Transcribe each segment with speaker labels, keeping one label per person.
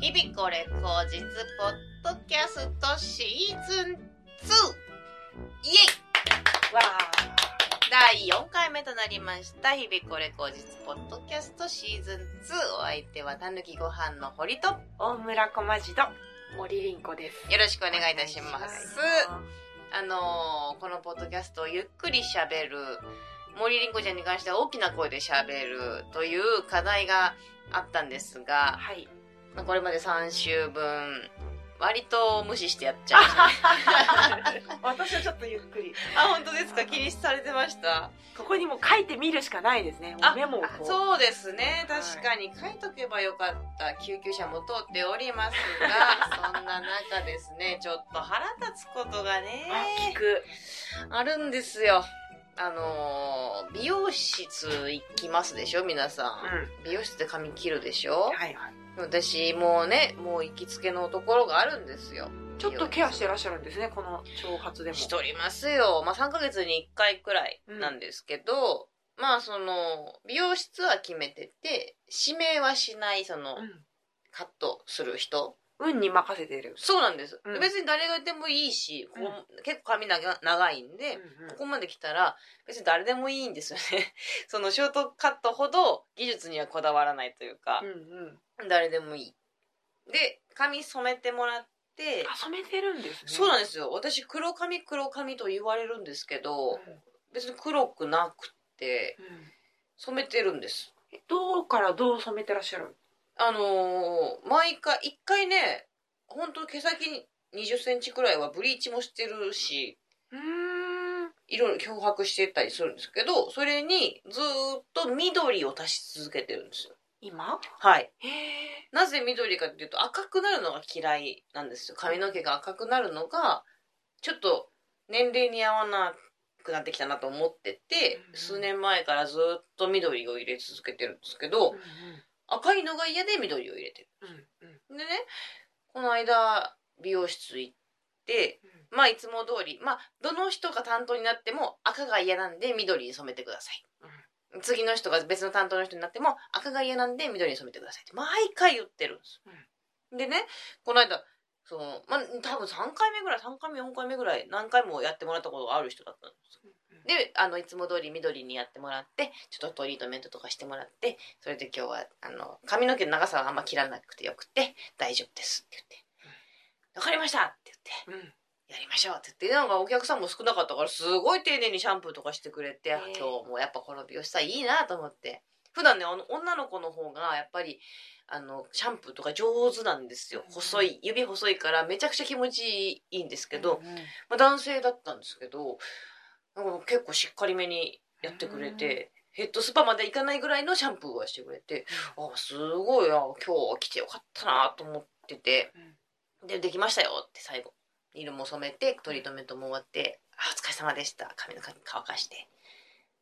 Speaker 1: 日々これ後日ポッドキャストシーズン2イエイわー第4回目となりました日々これ後日ポッドキャストシーズン2お相手はたぬきご飯の堀とよ
Speaker 2: 大村小町と森凛子です。
Speaker 1: ろしくお願いいたしま
Speaker 2: お願い
Speaker 1: す
Speaker 2: しま
Speaker 1: あのーこのポッドキャストをゆっくり喋る、森林子ちゃんに関しては大きな声で喋るという課題があったんですが、
Speaker 2: はい。
Speaker 1: まあこれまで3週分、割と無視してやっちゃいました。
Speaker 2: 私はちょっとゆっくり。
Speaker 1: あ、本当ですか気にされてました
Speaker 2: ここにもう書いてみるしかないですね。もうメモをこう。
Speaker 1: そうですね。
Speaker 2: はい
Speaker 1: 確かに書いとけばよかった救急車も通っております が、そんな中ですね、ちょっと腹立つことがね。
Speaker 2: あ、聞く。
Speaker 1: あるんですよ。あのー美容室行きますでしょ皆さん。美容室で髪切るでしょ
Speaker 2: はいはい。
Speaker 1: 私、もうね、もう行きつけのところがあるんですよ。
Speaker 2: ちょっとケアしてらっしゃるんですね、この長髪でも。
Speaker 1: しとりますよ。まあ、3ヶ月に1回くらいなんですけど、まあ、その、美容室は決めてて、指名はしない、その
Speaker 2: う、ん
Speaker 1: カットする人。
Speaker 2: 運に任せてる。
Speaker 1: そうなんです。
Speaker 2: うん
Speaker 1: 別に誰がでもいいし、ここ結構髪長長いんで、ここまで来たら別に誰でもいいんですよね そのショートカットほど技術にはこだわらないというか
Speaker 2: うん、うん。
Speaker 1: 誰でもいいで髪染めてもらって
Speaker 2: あ、染めてるんですね。
Speaker 1: そうなん
Speaker 2: で
Speaker 1: ですよ私黒髪黒髪と言われるんですけど
Speaker 2: す。
Speaker 1: 別に黒くなくて
Speaker 2: うん
Speaker 1: 染めてるんです
Speaker 2: えどうからどう染めてらっしゃる
Speaker 1: あのー毎回一回ね本当毛先に2 0ンチくらいはブリーチもしてるし
Speaker 2: うーん。
Speaker 1: いろいろ漂白してたりするんですけどそれにずーっと緑を足し続けてるんですよ
Speaker 2: 今
Speaker 1: はい。
Speaker 2: へえ。
Speaker 1: なぜ緑かっていうと赤くなるのが嫌いなんですよ。髪の毛が赤くなるのが、ちょっと年齢に合わなくなってきたなと思ってて、
Speaker 2: うん
Speaker 1: 数年前からずっと緑を入れ続けてるんですけど
Speaker 2: う、ん
Speaker 1: 赤いのが嫌で緑を入れて
Speaker 2: うんうん
Speaker 1: る。でね、この間、美容室行って、
Speaker 2: うん
Speaker 1: まあいつも通り、まあどの人が担当になっても赤が嫌なんで緑に染めてください。次の人が別の担当の人になっても赤が嫌なんで緑に染めてくださいって毎回言ってるんです。でね、この間、その、まあ多分3回目ぐらい、3回目4回目ぐらい何回もやってもらったことがある人だったんです。であのいつも通り緑にやってもらってちょっとトリートメントとかしてもらってそれで今日はあの髪の毛の長さはあんま切らなくてよくて大丈夫ですって言って「わかりました!」って言って
Speaker 2: うんうん
Speaker 1: やりましょうって言ってなんかお客さんも少なかったからすごい丁寧にシャンプーとかしてくれて、あ
Speaker 2: へえ
Speaker 1: 今日もやっぱこの美容師さんいいなと思って普段ねあの女の子の方がやっぱりあのシャンプーとか上手なんですよ
Speaker 2: うん
Speaker 1: 細い指細いからめちゃくちゃ気持ちいいんですけど、
Speaker 2: うんうん
Speaker 1: まあ、男性だったんですけどなんか結構しっかりめにやってくれて、ヘッドスパまで行かないぐらいのシャンプーはしてくれて、あすごいな今日は来てよかったなと思ってて、でできましたよって最後色も染めてトリートメントも終わって「あお疲れ様でした髪の毛乾かして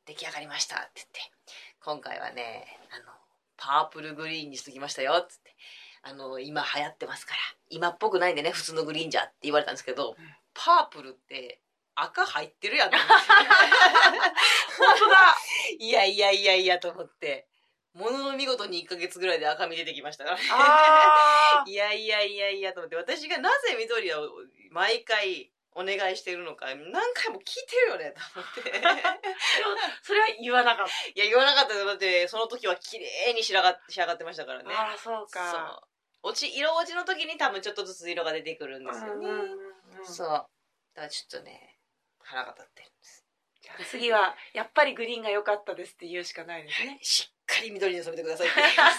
Speaker 1: 出来上がりました」って言って「今回はねあのパープルグリーンにしときましたよ」っつって「あの今流行ってますから今っぽくないんでね普通のグリーンじゃ」って言われたんですけど、
Speaker 2: うん
Speaker 1: パープルって赤入ってるやん と思って
Speaker 2: 本当だ
Speaker 1: いやいやいやいやと思ってものの見事に1ヶ月ぐらいで赤み出てきましたからね
Speaker 2: あ
Speaker 1: いやいやいやいやと思って私がなぜ緑を毎回お願いしてるのか何回も聞いてるよねと思って
Speaker 2: ーそれは言わなかっ
Speaker 1: いや言わなかったですだってその時は綺麗に仕上がっ仕上がってましたから
Speaker 2: た、
Speaker 1: ね
Speaker 2: あらそう
Speaker 1: そ
Speaker 2: か
Speaker 1: う落ち色落ちの時に多分ちょっとずつ色が出てくるんですよね、
Speaker 2: うんうんうん
Speaker 1: そうだからちょっとね腹が立ってるんです
Speaker 2: じゃあ次はやっぱりグリーンが良かったですって言うしかないです ね
Speaker 1: しっかり緑に染めてくださいって言います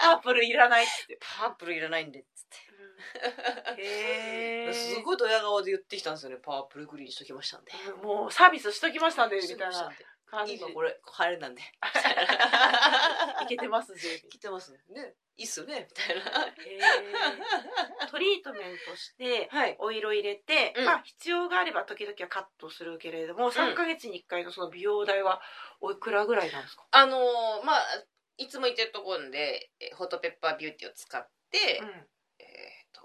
Speaker 2: パープルいらない って
Speaker 1: パープルいらないんでっつって
Speaker 2: へえ
Speaker 1: すごいドヤ顔で言ってきたんですよねパープルグリーンにしときましたんで
Speaker 2: もうサービスしときましたんでみたいな感じ
Speaker 1: 今これ晴れなんで
Speaker 2: いけてますぜ
Speaker 1: 来てますねいいっすよ ねみたいな
Speaker 2: トリートメントして
Speaker 1: はい
Speaker 2: お色入れて、
Speaker 1: うん
Speaker 2: まあ必要があれば時々はカットするけれども、3ヶ月に1回のその美容代はおいくらぐらいなんですか、
Speaker 1: あのーまあいつも行ってるところでえホットペッパービューティーを使って、
Speaker 2: うん
Speaker 1: えっ、と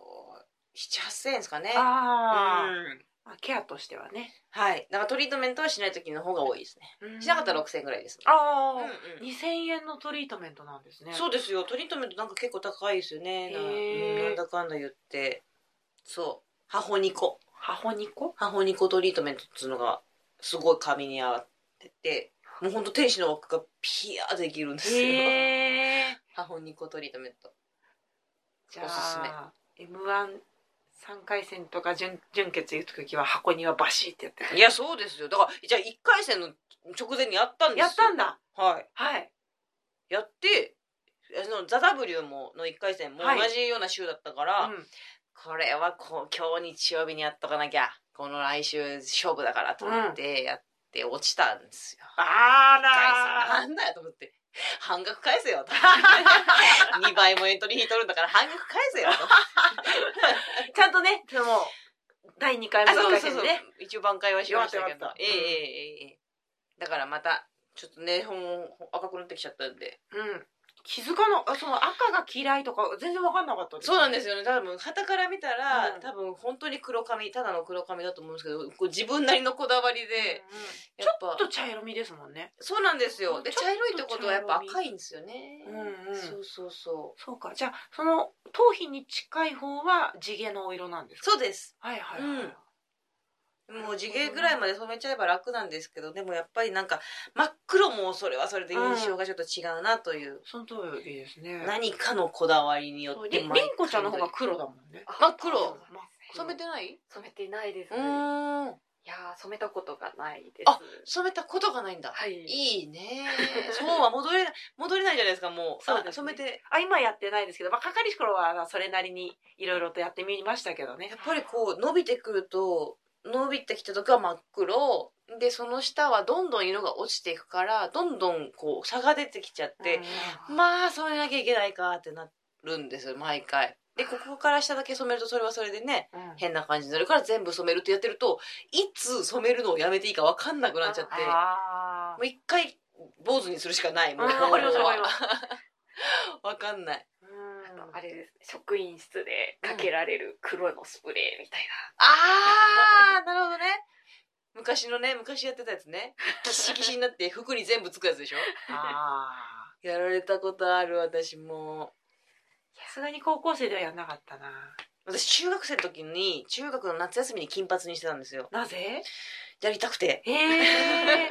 Speaker 1: 7 8 0円ですかね
Speaker 2: ああ、
Speaker 1: うん
Speaker 2: まあ、ケアとしてはね。
Speaker 1: はい。だからトリートメントはしない時の方が多いですね。
Speaker 2: うん
Speaker 1: しなかったら6000円ぐらいです。
Speaker 2: あ
Speaker 1: うん
Speaker 2: あ、
Speaker 1: うん
Speaker 2: 2000円のトリートメントなんですね。
Speaker 1: そうですよ。トリートメントなんか結構高いですよね。な
Speaker 2: へー
Speaker 1: うんなんだかんだ言って。そう。母ニコ。
Speaker 2: 母ニコ
Speaker 1: 母ニコトリートメントっつうのが、すごい髪に合ってて、もうほんと天使の枠がピアーできるんですよ。
Speaker 2: へえ。
Speaker 1: 母ニコトリートメント。
Speaker 2: じゃ
Speaker 1: おすすめ
Speaker 2: あ、M13 回戦とか準準決行くときは箱にはバシーってやってく
Speaker 1: いや、そうですよ。だから、じゃあ1回戦の直前にやったんですよ。
Speaker 2: やったんだ
Speaker 1: はい。
Speaker 2: はい。
Speaker 1: やってあのザ・ W もの1回戦も同
Speaker 2: はい
Speaker 1: じような週だったから、
Speaker 2: うん
Speaker 1: これはこう今日日曜日にやっとかなきゃこの来週勝負だからと思ってやって落ちたんですよ。
Speaker 2: あ
Speaker 1: 回
Speaker 2: ら
Speaker 1: 戦なんだよと思って半額返せよ と2倍もエントリー費取るんだから半額返せよと
Speaker 2: ーちゃんとね、その、第2回 目
Speaker 1: あ
Speaker 2: の
Speaker 1: そう
Speaker 2: 回
Speaker 1: そう
Speaker 2: 戦
Speaker 1: そう、
Speaker 2: ね。
Speaker 1: 一応挽回はしましたけ
Speaker 2: よ
Speaker 1: ど
Speaker 2: かったよかった
Speaker 1: ええええええええだからまたちょっとねほん赤くなってきちゃったんで
Speaker 2: うん。気づかの、あその赤が嫌いとか全然わかんなかった。
Speaker 1: そうなんですすよね多分傍から見たら、
Speaker 2: うん
Speaker 1: 多分本当に黒髪ただの黒髪だと思うんですけどこう自分なりのこだわりで、
Speaker 2: うん
Speaker 1: やっぱ
Speaker 2: ちょっと茶色みですもんね。
Speaker 1: そうなんですよで
Speaker 2: ちょっと
Speaker 1: 茶色いってことはやっぱ
Speaker 2: 茶色み
Speaker 1: 赤いんですよね、
Speaker 2: うんうん
Speaker 1: そうそうそう
Speaker 2: そうか。じゃあ、その、頭皮に近い方は地毛のお色なんですか
Speaker 1: そうです
Speaker 2: はいはいはい。
Speaker 1: うんもう地毛ぐらいまで染めちゃえば楽なんですけどでもやっぱりなんか真っ黒もそれはそれで印象がちょっと違うなという、
Speaker 2: その通りですね。
Speaker 1: 何かのこだわりによ
Speaker 2: そう
Speaker 1: っ
Speaker 2: り
Speaker 1: て
Speaker 2: りん
Speaker 1: 毎回
Speaker 2: こちゃんの方が黒だもんね。
Speaker 1: 真っ黒
Speaker 2: 真っ黒
Speaker 1: 染めてない
Speaker 3: 染めてないです。
Speaker 1: う
Speaker 3: いや
Speaker 1: ーん
Speaker 3: ー染めたことがないです。
Speaker 1: あ染めたことがないんだ
Speaker 3: はい。
Speaker 1: いいねそうは戻れない戻れないじゃないですかもう
Speaker 2: そう
Speaker 1: あ
Speaker 2: です
Speaker 1: 染
Speaker 2: ね
Speaker 1: めて
Speaker 2: あ今やってないですけど、まあ、かかりし頃はそれなりにいろいろとやってみましたけどね
Speaker 1: やっぱりこう伸びてくると伸びてきた時は真っ黒でその下はどんどん色が落ちていくからどんどんこう差が出てきちゃって、
Speaker 2: うん
Speaker 1: まあ染めなきゃいけないかってなるんですよ毎回。でここから下だけ染めるとそれはそれでね
Speaker 2: うん
Speaker 1: 変な感じになるから全部染めるってやってるといつ染めるのをやめていいか分かんなくなっちゃっても
Speaker 2: あー
Speaker 1: う一回坊主にするしかないもう
Speaker 2: うんわかりますわかりま
Speaker 1: 分かんない。
Speaker 2: うん
Speaker 3: あれですね。職員室でかけられる黒のスプレーみたい
Speaker 1: あー、なるほどね。昔のね、昔やってたやつね。ギシギシになって服に全部つくやつでし ょ
Speaker 2: あ
Speaker 1: やられたことある、私も。
Speaker 2: ーさすがに高校生ではやんなかったな
Speaker 1: 私、中学生の時に、中学の夏休みに金髪にしてたんですよ。
Speaker 2: なぜ
Speaker 1: やりたくて。
Speaker 2: ええ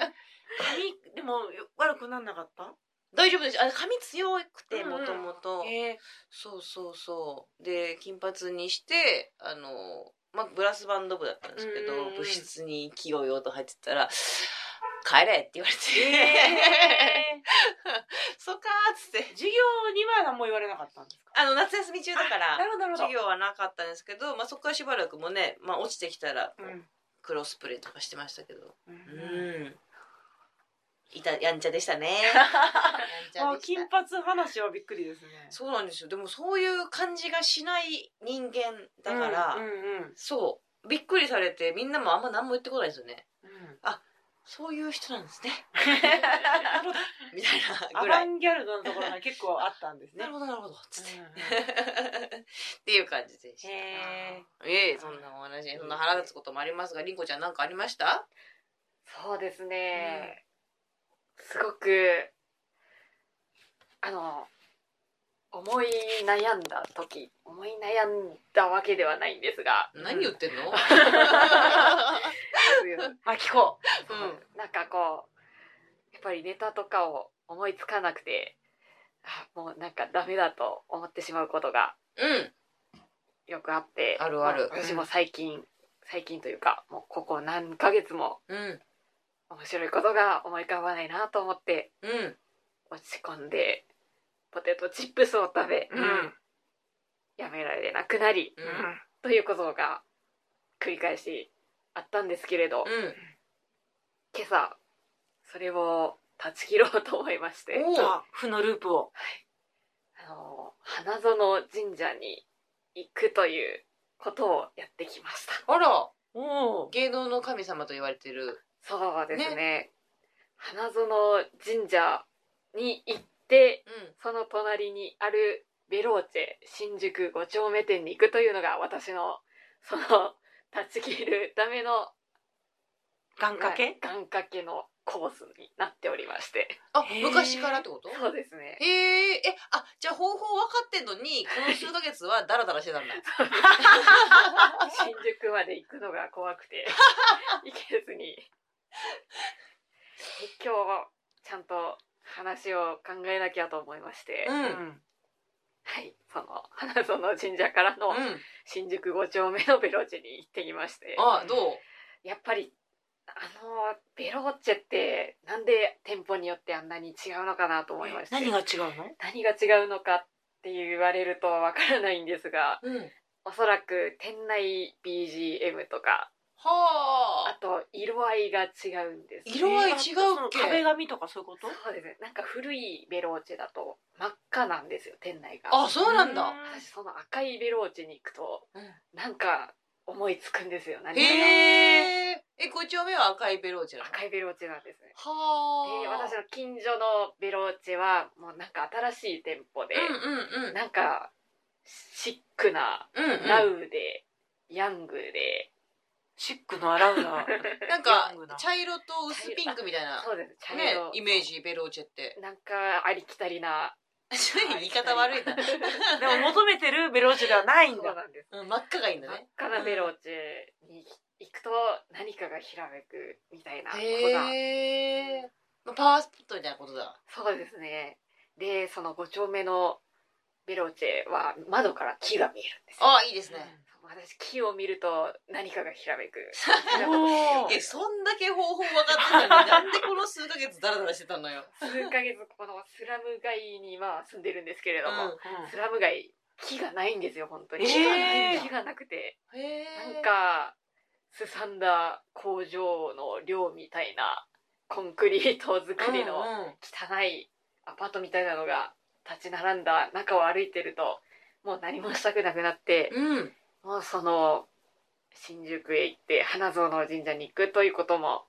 Speaker 2: 髪でも悪くなんなかった
Speaker 1: 大丈夫です。あ髪強くて、
Speaker 2: うんうん
Speaker 1: もともと。
Speaker 2: え
Speaker 1: そうそうそう。で、金髪にして、あの、まあ、ブラスバンド部だったんですけど
Speaker 2: うんうんう、ん
Speaker 1: 部室に勢いよと入ってたら、帰れって言われ
Speaker 2: ー、
Speaker 1: て、
Speaker 2: え
Speaker 1: そっかーっつって
Speaker 2: ー、。授業には何も言われなかったんですか
Speaker 1: あの夏休み中だか
Speaker 2: な
Speaker 1: ら
Speaker 2: るほどなるほど
Speaker 1: 授業はなかったんですけど、まあ、そこからしばらくもね、まあ、落ちてきたら
Speaker 2: うん
Speaker 1: 黒スプレーとかしてましたけど
Speaker 2: う
Speaker 1: うんんいたやんちゃでした ねや
Speaker 2: あ
Speaker 1: ん
Speaker 2: ー
Speaker 1: ちゃで
Speaker 2: 金
Speaker 1: した
Speaker 2: 髪話はびっくりですね
Speaker 1: そうなんですよでもそういう感じがしない人間だから、
Speaker 2: うんうんうん
Speaker 1: そうびっくりされてみんなもあんま何も言ってこないですよね
Speaker 2: うん
Speaker 1: そういう人なんですね
Speaker 2: なるほ
Speaker 1: みたい
Speaker 2: ど
Speaker 1: な
Speaker 2: ア
Speaker 1: ぐら
Speaker 2: バ
Speaker 1: い
Speaker 2: ンギャルドのところが結構あったんですね。
Speaker 1: なるほどなるほどつ って、
Speaker 2: うんうん
Speaker 1: っていう感じでした
Speaker 2: へ
Speaker 1: いえいえそんなお話そんな腹立つこともありますがりんこちゃんなんかありました
Speaker 3: な。そうですね。すごくあの思い悩んだ時、思い悩んだわけではないんですが、
Speaker 1: 何言 ってんの
Speaker 2: まあ聞こ
Speaker 3: なんかこうやっぱりネタとかを思いつかなくてあもうなんかダメだと思ってしまうことが
Speaker 1: うん
Speaker 3: よくあって
Speaker 1: あるある
Speaker 3: ま私も最近最近というかもうここ何ヶ月も
Speaker 1: うん
Speaker 3: 面白いことが思い浮かばないなと思って
Speaker 1: うん
Speaker 3: 落ち込んでポテトチップスを食べ、
Speaker 2: う。
Speaker 1: ん
Speaker 3: やめられなくなり、
Speaker 1: う
Speaker 2: うん
Speaker 1: ん
Speaker 3: ということが繰り返しあったんですけれど、今朝それを断ち切ろうと思いまして
Speaker 1: おう
Speaker 2: あ、負のループを。
Speaker 3: あの花園神社に行くということをやってきました
Speaker 1: あら
Speaker 2: おお。
Speaker 1: 芸能の神様と言われてる
Speaker 3: そうですね花園神社に行ってその隣にあるベローチェ新宿5丁目店に行くというのが私のその断ち切るための
Speaker 2: 願掛
Speaker 3: はい
Speaker 2: け
Speaker 3: 願掛けのコースになっておりまして
Speaker 1: あ
Speaker 2: へー
Speaker 1: 昔からってこと
Speaker 3: そうですね
Speaker 1: へええあじゃあ方法分かってんのにこの数ヶ月はダラダラしてたんだ
Speaker 3: 新宿まで行くのが怖 くて行けずに今日ちゃんと話を考えなきゃと思いまして、
Speaker 1: うん
Speaker 2: うん
Speaker 3: はいその 花園神社からの
Speaker 1: うん
Speaker 3: 新宿5丁目のベローチェに行ってきまして
Speaker 1: あどう
Speaker 3: やっぱりあのベローチェってなんで店舗によってあんなに違うのかなと思いまして
Speaker 2: 何が違うの
Speaker 3: 何が違うのかって言われるとわからないんですが
Speaker 1: うん
Speaker 3: おそらく店内 BGM とかあ
Speaker 1: はあ
Speaker 3: と色合いが違うんです
Speaker 1: 色合い違うっけ
Speaker 2: えーあその壁紙とかそういうこと
Speaker 3: そうですねなんか古いベローチェだと真っ赤なんですよ店内が
Speaker 1: あそうなんだ
Speaker 3: 私その赤いベローチェに行くと
Speaker 1: う
Speaker 3: なんか思いつくんですよ何
Speaker 1: んへ
Speaker 3: か
Speaker 1: ええ5丁目は赤いベローチェなの
Speaker 3: 赤いベローチェなんですねで
Speaker 1: はあ
Speaker 3: 私の近所のベローチェはもうなんか新しい店舗で、
Speaker 1: うんうんうん
Speaker 3: なんかシックな
Speaker 1: うんうん
Speaker 3: ラウで、ヤングで
Speaker 2: シックのアラウナ
Speaker 1: なん
Speaker 2: ヤ
Speaker 1: か
Speaker 2: ングな
Speaker 1: 茶色と薄ピンクみたいな
Speaker 3: そうですね茶
Speaker 1: ね
Speaker 3: 色、
Speaker 1: イメージベローチェ って
Speaker 3: なんかありきたりな
Speaker 1: 言い方悪い な、
Speaker 2: でも求めてるベローチェではないん
Speaker 3: そう
Speaker 2: だ
Speaker 3: なんです
Speaker 1: うん、真っ赤がいいんだ
Speaker 3: 真っ
Speaker 1: ね
Speaker 3: 赤なベローチェに行くと何かがひらめくみたいなことが
Speaker 1: へえパワースポットみたいなことだ
Speaker 3: そうですねでその5丁目のベローチェは窓から木が見えるんですよ
Speaker 1: あいいですね、
Speaker 3: 私木を見ると何かがひら めく
Speaker 2: おー
Speaker 1: えそんだけ方法分かって たのになんでこの数ヶ月ダラダラしてたのよ
Speaker 3: 数ヶ月このスラム街にまあ住んでるんですけれども、
Speaker 2: う
Speaker 3: スラム街木がないんですよ本当に、
Speaker 2: えー
Speaker 3: 木がないんだ木がなくて
Speaker 1: へえ
Speaker 3: なんかすさんだ工場の寮みたいなコンクリート作りの
Speaker 1: うんうん
Speaker 3: 汚いアパートみたいなのが立ち並んだ中を歩いてるともう何もしたくなくなって
Speaker 1: うん、
Speaker 3: もうその新宿へ行って花園神社に行くということも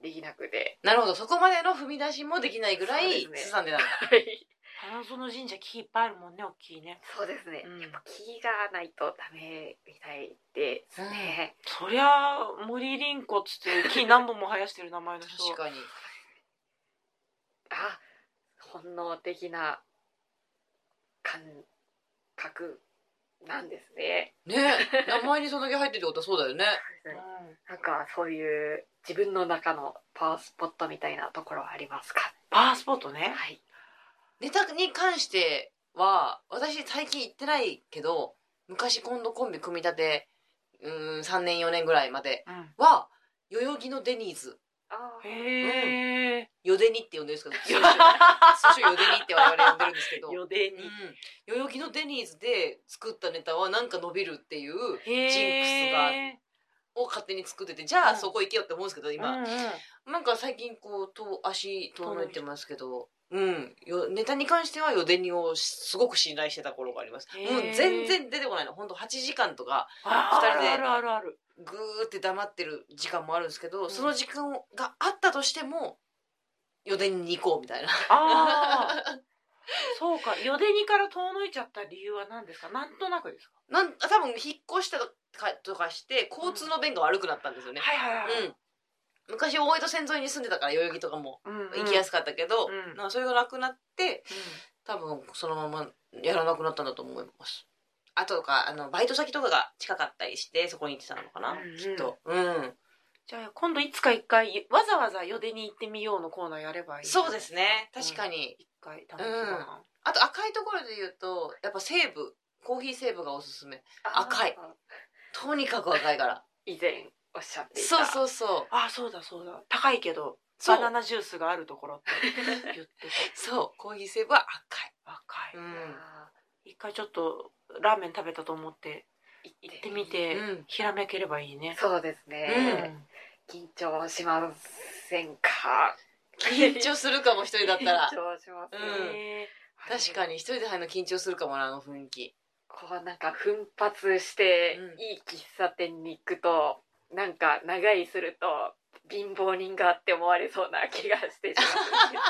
Speaker 3: できなくて、
Speaker 1: なるほどそこまでの踏み出しもできないぐらい
Speaker 3: そうですね
Speaker 1: すさんでたんだ
Speaker 3: はい、
Speaker 2: 花園神社木いっぱいあるもんね大きいね
Speaker 3: そうですね、
Speaker 2: うん
Speaker 3: やっぱ木がないとダメみたいです ね、
Speaker 2: そりゃあ森林子っつって木何本も生やしてる名前の人
Speaker 1: 確かに
Speaker 3: あ本能的な感覚なんですね
Speaker 1: ね名前にそんだけ入ってるってことはそうだよ ね
Speaker 2: うん
Speaker 3: なんかそういう自分の中のパワースポットみたいなところはありますか
Speaker 2: パワースポットね
Speaker 3: はい
Speaker 1: ネタに関しては私最近行ってないけど昔今度コンビ組み立てうーん3年4年ぐらいまでは代々木のデニーズ
Speaker 3: あー
Speaker 2: へえ
Speaker 1: よでにって呼んでるんですけど通 称通称よでにって我々呼んでるんですけど、
Speaker 2: よで
Speaker 1: うん、代々木のデニーズで作ったネタはなんか伸びるっていう
Speaker 2: へ
Speaker 1: ジを勝手に作っててじゃ
Speaker 2: う
Speaker 1: あ
Speaker 2: ん
Speaker 1: そこ行けよって思うんですけど今、
Speaker 2: うんうん
Speaker 1: なんか最近こうと足遠のいてますけど、うん、よネタに関してはよでにをすごく信頼してた頃があります。
Speaker 2: へ
Speaker 1: もう
Speaker 2: ー
Speaker 1: 全然出てこないの本当8時間とか
Speaker 2: あ
Speaker 1: 二人で
Speaker 2: あるあるある
Speaker 1: ぐーって黙ってる時間もあるんですけど、
Speaker 2: ん
Speaker 1: その時間があったとしてもよでに行こうみたいな。
Speaker 2: ああそうかよでにから遠のいちゃった理由は何ですかなんとなくですか
Speaker 1: なん多分引っ越したとかとかして交通の便が悪くなったんですよね。
Speaker 2: はいはいはい
Speaker 1: うん昔大江戸線沿いに住んでたから代々木とかも行きや
Speaker 2: す
Speaker 1: すかったけど、
Speaker 2: うん
Speaker 1: なんかそれがなくなって多分そのままやらなくなったんだと思いますあとかあのバイト先とかが近かったりしてそこに行ってたのかな、
Speaker 2: うんうん
Speaker 1: きっとうん
Speaker 2: じゃあ今度いつか一回わざわざよでに行ってみようのコーナーやればいい
Speaker 1: そうですね確かに、
Speaker 2: 一回試しな
Speaker 1: あと赤いところで言うとやっぱセーブコーヒーセーブがおすすめ赤いとにかく赤いから
Speaker 3: 以前おっしゃっていた
Speaker 1: そう
Speaker 3: う
Speaker 1: そうそう
Speaker 2: あそうだそうだ高いけど
Speaker 1: そう
Speaker 2: バナナジュースがあるところって言って
Speaker 1: そうコーヒーセーブは
Speaker 2: た赤い
Speaker 1: 赤いうん
Speaker 2: 一回ちょっとラーメン食べたと思って行ってみて、
Speaker 1: うん
Speaker 2: ひらめければいいね、
Speaker 3: そうですね、緊張しませんか
Speaker 1: 緊張するかも一人だったら
Speaker 3: 緊張します、
Speaker 1: うん
Speaker 2: へ
Speaker 1: 確かに一人で入るの緊張するかもなあの雰囲気
Speaker 3: こうなんか奮発して
Speaker 1: うん
Speaker 3: いい喫茶店に行くと、なんか長居すると貧乏人がって思われそうな気がしてしまう んですよ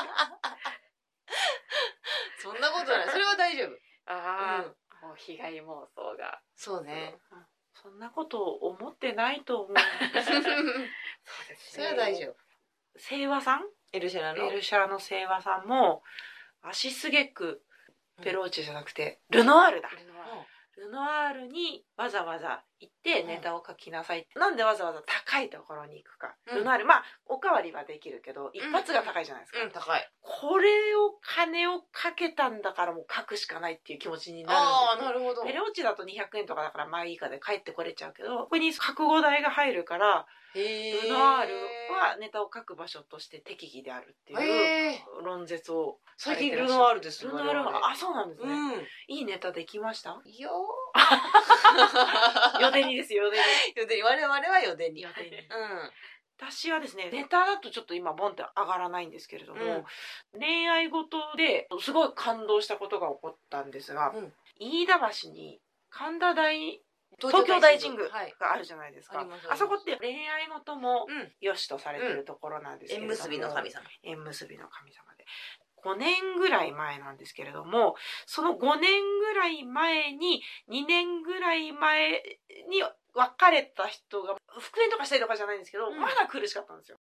Speaker 1: そんなことないそれは大丈夫、
Speaker 3: あ
Speaker 1: う
Speaker 3: あ、
Speaker 1: ん、
Speaker 3: もう被害妄想が
Speaker 1: そうね
Speaker 2: ーそんなことを思ってないと思う
Speaker 1: それは大丈夫
Speaker 2: 清和さん
Speaker 1: エルシェラの
Speaker 2: エルシャラの清和さんも足すげくペローチェじゃなくて、ルノワールだルノワールにわざわざ行ってネタを書きなさい、なんでわざわざ高いところに行くか、
Speaker 1: うん
Speaker 2: ルノワールまあおかわりはできるけど一発が高いじゃないですか、
Speaker 1: うん高い
Speaker 2: これを金をかけたんだからもう書くしかないっていう気持ちになるんですよ
Speaker 1: ああなるほど
Speaker 2: ペレオチだと200円とかだからまあいいかで帰ってこれちゃうけどここに覚悟代が入るからル
Speaker 1: へ
Speaker 2: ノアールはネタを書く場所として適宜であるっていう
Speaker 1: へえ
Speaker 2: 論説を
Speaker 1: 最近ルノアールです
Speaker 2: ルノアールは
Speaker 1: あ
Speaker 2: あそうなんですね、
Speaker 1: うん
Speaker 2: いいネタできま した
Speaker 1: い や
Speaker 2: よでにですよで
Speaker 1: よでに我々はよで
Speaker 2: に
Speaker 1: に
Speaker 2: よ
Speaker 1: う
Speaker 2: でに
Speaker 1: ん
Speaker 2: 私はですねネタだとちょっと今ボンって上がらないんですけれども、
Speaker 1: うん
Speaker 2: 恋愛事ですごい感動したことが起こったんですが、
Speaker 1: うん
Speaker 2: 飯田橋に神田大東京大神宮
Speaker 1: はい
Speaker 2: があるじゃないですか、
Speaker 1: あります
Speaker 2: あそこって恋愛事も
Speaker 1: うん
Speaker 2: 良しとされてるところなんですけれ
Speaker 1: 縁
Speaker 2: ども、
Speaker 1: 結びの神様
Speaker 2: 縁結びの神様で5年ぐらい前なんですけれどもその5年ぐらい前に2年ぐらい前に別れた人が復縁とかしたりとかじゃないんですけど、
Speaker 1: うん
Speaker 2: まだ苦しかったんですよ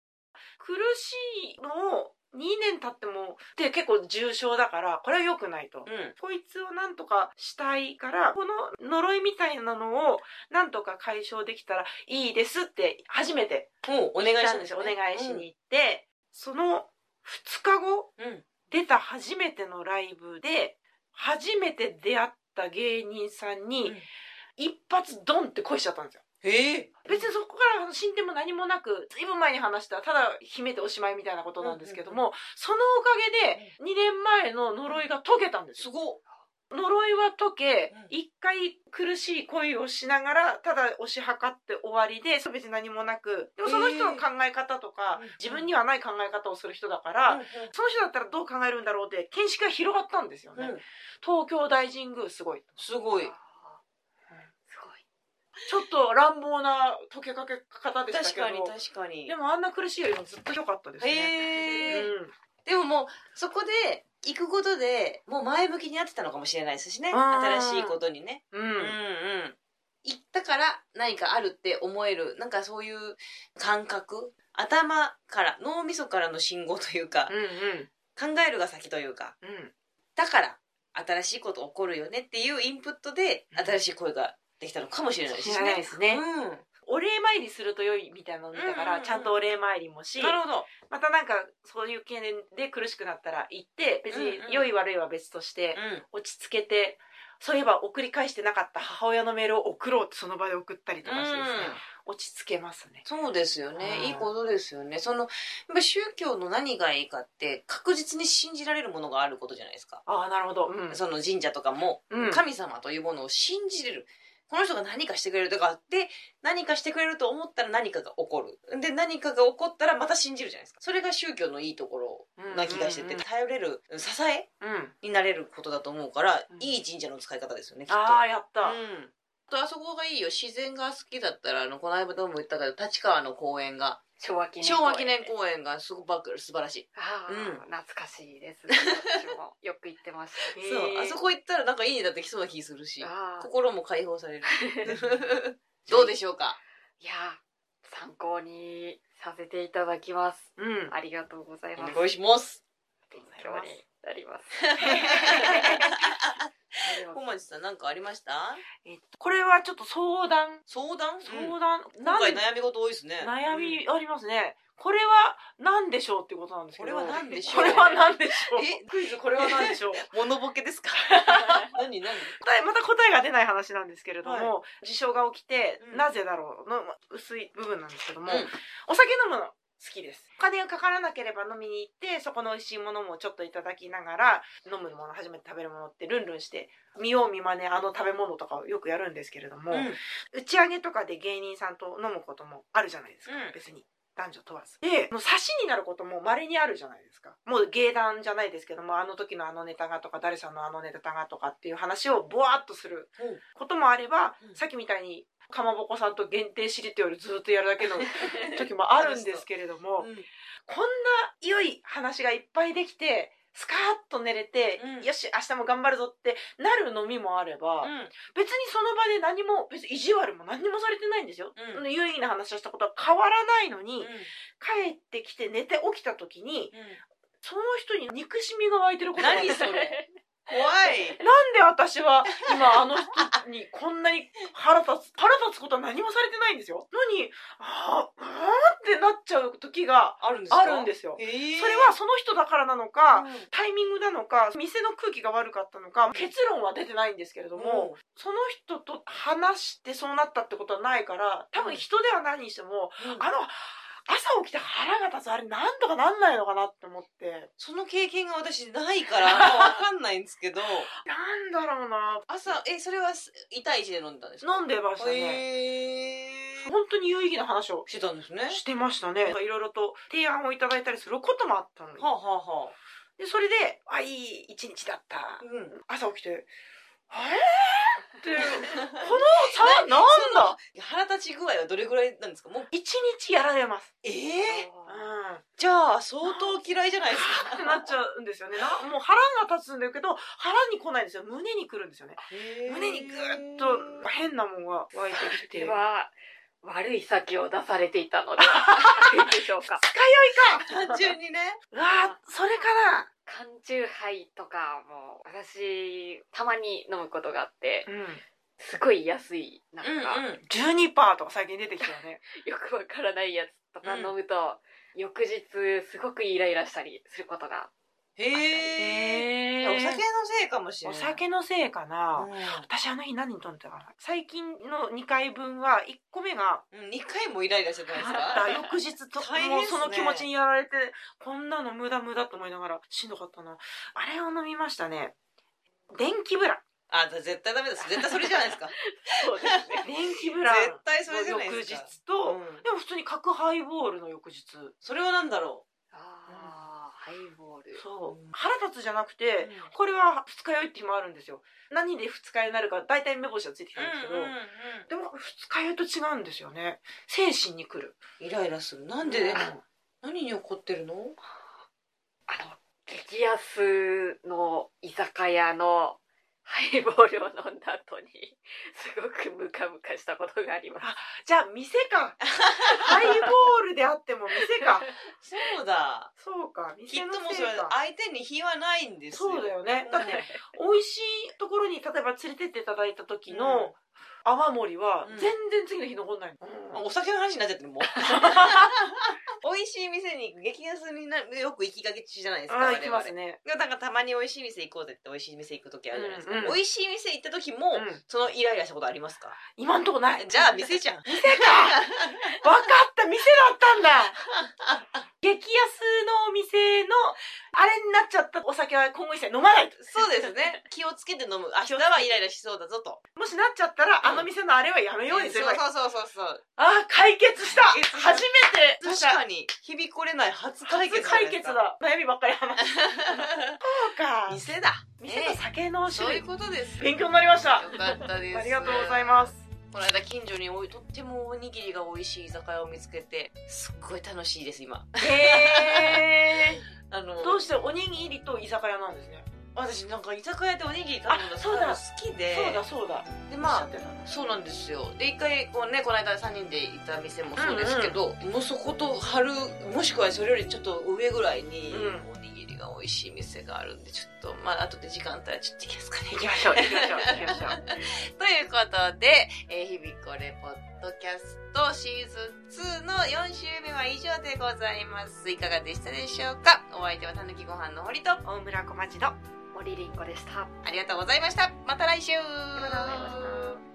Speaker 2: 苦しいのを2年経ってもで結構重症だからこれは良くないと、
Speaker 1: うん
Speaker 2: こいつをなんとかしたいから、この呪いみたいなのをなんとか解消できたらいいですって初めて
Speaker 1: もうお願いし
Speaker 2: 言っ
Speaker 1: たた
Speaker 2: ん
Speaker 1: ん
Speaker 2: で
Speaker 1: ですす
Speaker 2: よ。
Speaker 1: よ
Speaker 2: お
Speaker 1: ね
Speaker 2: 願いしに行って、その2日後
Speaker 1: うんうん
Speaker 2: 出た初めてのライブで、初めて出会った芸人さんに
Speaker 1: うん
Speaker 2: 一発ドンって恋しちゃったんですよ。
Speaker 1: へえ
Speaker 2: 別にそこからあの進展も何もなく、ずいぶん前に話した、ただ秘めておしまいみたいなことなんですけども、そのおかげで2年前の呪いが解けたんですよ
Speaker 1: すごっ
Speaker 2: 呪いは解け
Speaker 1: うん
Speaker 2: 一、回苦しい恋をしながらただ推し量って終わりでそう別に何もなくでもその人の考え方とか、
Speaker 1: えー
Speaker 2: 自分にはない考え方をする人だから、
Speaker 1: う
Speaker 2: その人だったらどう考えるんだろうって見識が広がったんですよね、
Speaker 1: んうん
Speaker 2: 東京大神宮すごい
Speaker 1: すごい
Speaker 3: すごい
Speaker 2: ちょっと乱暴な解けかけ方でした
Speaker 1: 確
Speaker 2: け
Speaker 1: かに
Speaker 2: ど
Speaker 1: 確かに
Speaker 2: でもあんな苦しいよりもずっと良かったですね、
Speaker 1: へえ
Speaker 2: うん
Speaker 1: でももうそこで行くことでもう前向きになってたのかもしれないですしね
Speaker 2: あー
Speaker 1: 新しいことにね、
Speaker 2: うん
Speaker 1: うんうん、行ったから何かあるって思えるなんかそういう感覚頭から脳みそからの信号というか
Speaker 2: うん、
Speaker 1: 考えるが先というか
Speaker 2: うんうん
Speaker 1: だから新しいこと起こるよねっていうインプットで新しい声ができたのかもしれないです
Speaker 2: 知
Speaker 1: し
Speaker 2: らない
Speaker 1: ね。
Speaker 2: ですね、
Speaker 1: うん、
Speaker 2: お礼参りすると良いみたいなのを見たから、
Speaker 1: うんうんうん
Speaker 2: ちゃんとお礼参りもし
Speaker 1: なるほど、
Speaker 2: またなんかそういう経験で苦しくなったら行って別に
Speaker 1: うんうん
Speaker 2: 良い悪いは別として
Speaker 1: うん、
Speaker 2: 落ち着けてそういえば送り返してなかった母親のメールを送ろうってその場で送ったりとかしてですね、落ち着けますね。
Speaker 1: そうですよ
Speaker 2: うん
Speaker 1: ね。いいことですよね。その、やっぱ宗教の何がいいかって、確実に信じられるものがあることじゃないですか。
Speaker 2: ああなるほど、うん、
Speaker 1: その神社とかも
Speaker 2: うん、
Speaker 1: 神様というものを信じれる。この人が何かしてくれるとかあって、何かしてくれると思ったら何かが起こる。で、何かが起こったらまた信じるじゃないですか。それが宗教のいいところな気がしてて、
Speaker 2: うん
Speaker 1: 頼れる支え
Speaker 2: うんうん
Speaker 1: になれることだと思うから
Speaker 2: う、ん
Speaker 1: いい神社の使い方ですよね、きっと。
Speaker 2: ああやった、
Speaker 1: うん、あとあそこがいいよ自然が好きだったらあのこの間どうも言ったけど立川の公園が
Speaker 3: 昭和記念公園
Speaker 1: 昭和記念公園がすごく素晴らしい、
Speaker 3: ああ、
Speaker 1: うん
Speaker 3: 懐かしいです、ね、私もよく行ってまし
Speaker 2: へ
Speaker 1: そう
Speaker 2: え
Speaker 1: あそこ行ったらなんかいいネタできそうな気するした
Speaker 3: ああ
Speaker 1: 心も解放され るどうでしょうか
Speaker 3: いや参考にさせていただきます
Speaker 2: うん
Speaker 3: ありがとうござい
Speaker 1: お
Speaker 3: ます
Speaker 1: 願いします
Speaker 3: 勉強になります
Speaker 1: 小町さん何かありました
Speaker 2: えっとこれはちょっと相談
Speaker 1: 相談
Speaker 2: 相
Speaker 1: うん
Speaker 2: 談、
Speaker 1: 今
Speaker 2: なん
Speaker 1: 回
Speaker 2: で
Speaker 1: 悩み事多いですね
Speaker 2: 悩
Speaker 1: うん
Speaker 2: みありますね、これは何でしょうってことなんですけど
Speaker 1: これは何でしょう
Speaker 2: これは何でしょう
Speaker 1: え
Speaker 2: クイズこれは何でしょう
Speaker 1: モノボケですか 何何
Speaker 2: 答えまた答えが出ない話なんですけれども、
Speaker 1: は
Speaker 2: 事象が起きて、
Speaker 1: うん
Speaker 2: なぜだろうのま薄い部分なんですけども、
Speaker 1: うん
Speaker 2: お酒飲むの好きですお金がかからなければ飲みに行ってそこの美味しいものもちょっといただきながら飲むもの初めて食べるものってルンルンして見よう見まねあの食べ物とかをよくやるんですけれども、
Speaker 1: うん
Speaker 2: 打ち上げとかで芸人さんと飲むこともあるじゃないですか、
Speaker 1: うん
Speaker 2: 別に男女問わずでもう差しになることもまれにあるじゃないですかもう芸談じゃないですけどもあの時のあのネタがとか誰さんのあのネタがとかっていう話をボワーっとする
Speaker 1: うん
Speaker 2: こともあれば、
Speaker 1: うん
Speaker 2: さっきみたいにかまぼこさんと限定しりとりをずっとやるだ けの時もあるんですけれども、こんな良い話がいっぱいできてスカーッと寝れて、
Speaker 1: うん
Speaker 2: よし明日も頑張るぞってなるのみもあれば、
Speaker 1: うん
Speaker 2: 別にその場で何も別に意地悪も何にもされてないんですよ、
Speaker 1: うん
Speaker 2: その有意義な話をしたことは変わらないのに、
Speaker 1: うん
Speaker 2: 帰ってきて寝て起きた時に
Speaker 1: う
Speaker 2: その人に憎しみが湧いてることが
Speaker 1: 何それん、怖い
Speaker 2: なんで私は今あの人にこんなに腹立つ、腹立つことは何もされてないんですよ。のに、あー、うーんってなっちゃう時が
Speaker 1: あるんですか
Speaker 2: あるんですよ。
Speaker 1: え
Speaker 2: それはその人だからなのか、
Speaker 1: うん
Speaker 2: タイミングなのか、店の空気が悪かったのか、結論は出てないんですけれども、その人と話してそうなったってことはないから、多分人では何にしても、
Speaker 1: うん
Speaker 2: あの、朝起きて腹が立つあれなんとかなんないのかなって思って、
Speaker 1: その経験が私ないからわかんないんですけ ど
Speaker 2: なんだろうな、
Speaker 1: 朝えそれはす痛い位置で飲んでたんですか
Speaker 2: 飲んでましたね。
Speaker 1: へー
Speaker 2: 本当に有意義な話を
Speaker 1: してたんですね
Speaker 2: してましたね。いろいろと提案をいただいたりすることもあったのに
Speaker 1: は。あ、はあはあ
Speaker 2: で、それで、あ、いい一日だった。
Speaker 1: うん、
Speaker 2: 朝起きて、あれっ て、この差はなんだ
Speaker 1: 腹立ち具合はどれぐらいなんですかもう
Speaker 2: 一日やられます。
Speaker 1: ええ
Speaker 2: うん。っ
Speaker 1: じゃあ相当嫌いじゃないです か
Speaker 2: てなっちゃうんですよね。なもう腹が立つんだけど、腹に来ないんですよ。胸に来るんですよね。胸にぐーっと変なもんが湧いてきて。
Speaker 3: では悪い先を出されてい たのではいいでしょうか
Speaker 1: 単 純にね
Speaker 2: うわーそれか
Speaker 3: 缶チューハイとかも私たまに飲むことがあって
Speaker 2: なうん。
Speaker 3: すごい安いなんか、
Speaker 1: う
Speaker 2: 12%とか最近出てきたよね。
Speaker 3: よくわからないやつとか飲むと、翌日すごくイライラしたりすることが
Speaker 1: へえお酒のせいかもしれ
Speaker 2: お
Speaker 1: ない
Speaker 2: 酒のせいかな。
Speaker 1: う
Speaker 2: 私あの日何に飲んでたかな最近の2回分は1個目が
Speaker 1: んうん、2回もイライラしてたんです
Speaker 2: あっ
Speaker 1: か
Speaker 2: た翌日と、
Speaker 1: 大変
Speaker 2: も
Speaker 1: っ
Speaker 2: う
Speaker 1: すね
Speaker 2: その気持ちにやられてこんなの無駄無駄と思いながらしんどかったなあれを飲みましたね電気ブラ
Speaker 1: あ絶対ダメです絶対それじゃない ですか
Speaker 3: そうですね
Speaker 2: 電気ブ
Speaker 1: 絶
Speaker 2: ラ
Speaker 1: 対それ
Speaker 2: の
Speaker 1: じゃない
Speaker 2: 翌
Speaker 1: で
Speaker 2: 日
Speaker 1: すか
Speaker 2: と、
Speaker 1: うん
Speaker 2: でも普通に角ハイボールの翌日
Speaker 1: それは何だろ
Speaker 3: ああハイボール
Speaker 2: そう、
Speaker 1: うん
Speaker 2: 腹立つじゃなく
Speaker 1: う、
Speaker 2: て、これは二日酔いって日もあるんですよ何で二日酔いになるか大体目星はついてきたんですけど、でも二日酔いと違うんですよね精神に来る
Speaker 1: イライラするなんで、
Speaker 3: うん
Speaker 1: 何に怒ってるの
Speaker 3: あの激安の居酒屋のハイボールを飲んだ後にすごくムカムカしたことがあります
Speaker 2: じゃあ店 かハイボールであっても店か
Speaker 1: そうだ
Speaker 2: そうか
Speaker 1: きっ
Speaker 2: 店
Speaker 1: と
Speaker 2: の
Speaker 1: もうそ
Speaker 2: せい
Speaker 1: れ
Speaker 2: か
Speaker 1: 相手に非はないんですよ
Speaker 2: そうだよね
Speaker 1: うん
Speaker 2: だ って美味しいところに例えば連れてっていただいた時の泡盛は
Speaker 1: うん
Speaker 2: 全然次の日残んないの、
Speaker 1: あお酒の話になっちゃ ってるもう美味しい店に激安になよく行きがちじゃないですか
Speaker 2: ああ
Speaker 1: 我
Speaker 2: 行
Speaker 1: 々
Speaker 2: きますね、
Speaker 1: でもなんかたまに美味しい店行こうぜって美味しい店行く時あるじゃないですか、
Speaker 2: うんうん
Speaker 1: 美味しい店行った時も、
Speaker 2: うん、
Speaker 1: そのイライラしたことありますか
Speaker 2: 今んとこない
Speaker 1: じゃあ店じ ゃん
Speaker 2: 分かった店だったんだ 激安のお店のあれになっちゃったお酒は今後一切飲まないと
Speaker 1: そうですね気をつけて飲む明日はイライラしそうだぞと
Speaker 2: もしなっちゃったら、あの店のあれはやめようにす
Speaker 1: そう
Speaker 2: ればいい
Speaker 1: そうそうそうそう
Speaker 2: ああ解決した
Speaker 1: 解決した
Speaker 2: 初めて
Speaker 1: 確かに響これない初解決じゃない
Speaker 2: 解
Speaker 1: です
Speaker 2: 決
Speaker 1: か
Speaker 2: だ悩みばっかり 話してそうか
Speaker 1: 店だ
Speaker 2: 店の酒の種
Speaker 1: そうい
Speaker 2: 類
Speaker 1: うことです
Speaker 2: 勉強になりました
Speaker 1: よかったです
Speaker 2: ありがとうございます
Speaker 1: この間近所においとってもおにぎりが美味しい居酒屋を見つけてすっごい楽しいです今
Speaker 2: へ え
Speaker 1: あの
Speaker 2: どうしておにぎりと居酒屋なんですね
Speaker 1: 私なんか居酒屋でおにぎり頼むの
Speaker 2: あそうだ
Speaker 1: 好きで
Speaker 2: そうだそうだ
Speaker 1: で
Speaker 2: まあ
Speaker 1: まあそうなんですよで一回こうねこの間3人で行った店もそうですけど、もうそこと春もしくはそれよりちょっと上ぐらいに、
Speaker 2: う
Speaker 1: おにぎりが美味しい店があるんでちょっとまあ後で時間あったらちょっと行きますかね
Speaker 2: 行きましょう行きましょう行きましょう
Speaker 1: ということで、えー、日々これポッドキャストシーズン2の4週目は以上でございます。いかがでしたでしょうかお相手はたぬきご飯の堀と、あ
Speaker 2: 大村小町の
Speaker 3: 森凛子でした
Speaker 1: りがとうございました。また来週
Speaker 3: がとうございました